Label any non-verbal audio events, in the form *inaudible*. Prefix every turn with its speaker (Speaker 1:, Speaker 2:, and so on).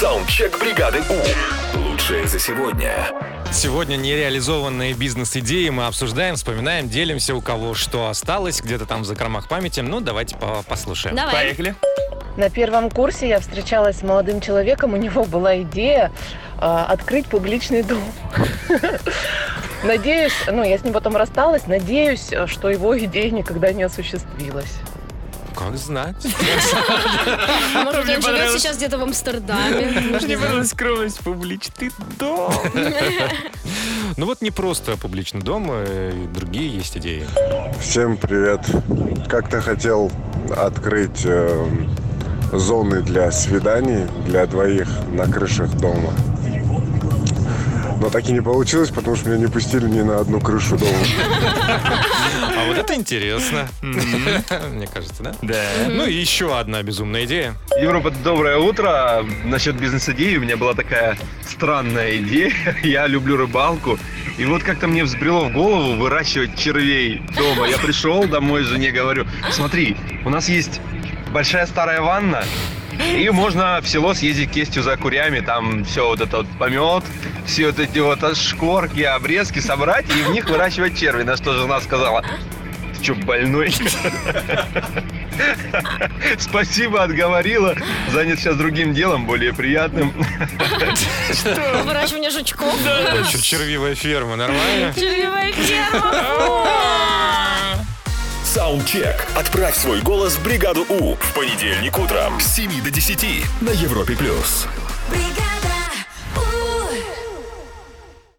Speaker 1: Саундчек бригады У. Лучшее за сегодня.
Speaker 2: Сегодня нереализованные бизнес-идеи мы обсуждаем, вспоминаем, делимся, у кого что осталось, где-то там в закромах памяти. Ну, давайте по- послушаем.
Speaker 3: Давай.
Speaker 4: Поехали.
Speaker 5: На первом курсе я встречалась с молодым человеком, у него была идея а, открыть публичный дом. *laughs* Надеюсь, ну, я с ним потом рассталась, надеюсь, что его идея никогда не осуществилась.
Speaker 2: Как знать. *laughs*
Speaker 3: А Может,
Speaker 4: Мне
Speaker 3: он живет
Speaker 4: понравилось.
Speaker 3: сейчас где-то в Амстердаме. Ну, не
Speaker 4: Мне
Speaker 3: знаю.
Speaker 4: понравилась скромность публичный дом.
Speaker 2: Ну вот не просто публичный дом, э, и другие есть идеи.
Speaker 6: Всем привет. Как-то хотел открыть э, зоны для свиданий для двоих на крышах дома. Но так и не получилось, потому что меня не пустили ни на одну крышу дома.
Speaker 2: А вот это интересно, мне кажется, да?
Speaker 4: Да.
Speaker 2: Ну и еще одна безумная идея.
Speaker 7: Европа, доброе утро. Насчет бизнес-идеи у меня была такая странная идея. *laughs* Я люблю рыбалку. И вот как-то мне взбрело в голову выращивать червей дома. Я пришел домой жене, говорю, смотри, у нас есть большая старая ванна, и можно в село съездить кистью за курями, там все вот это вот помет, все вот эти вот шкорки, обрезки собрать и в них выращивать черви. На что жена сказала, ты что, больной? Спасибо, отговорила. Занят сейчас другим делом, более приятным.
Speaker 3: Выращивание жучков.
Speaker 2: Еще червивая ферма, нормально?
Speaker 3: Червивая
Speaker 1: Саундчек. Отправь свой голос в бригаду У в понедельник утром с 7 до 10 на Европе+. плюс.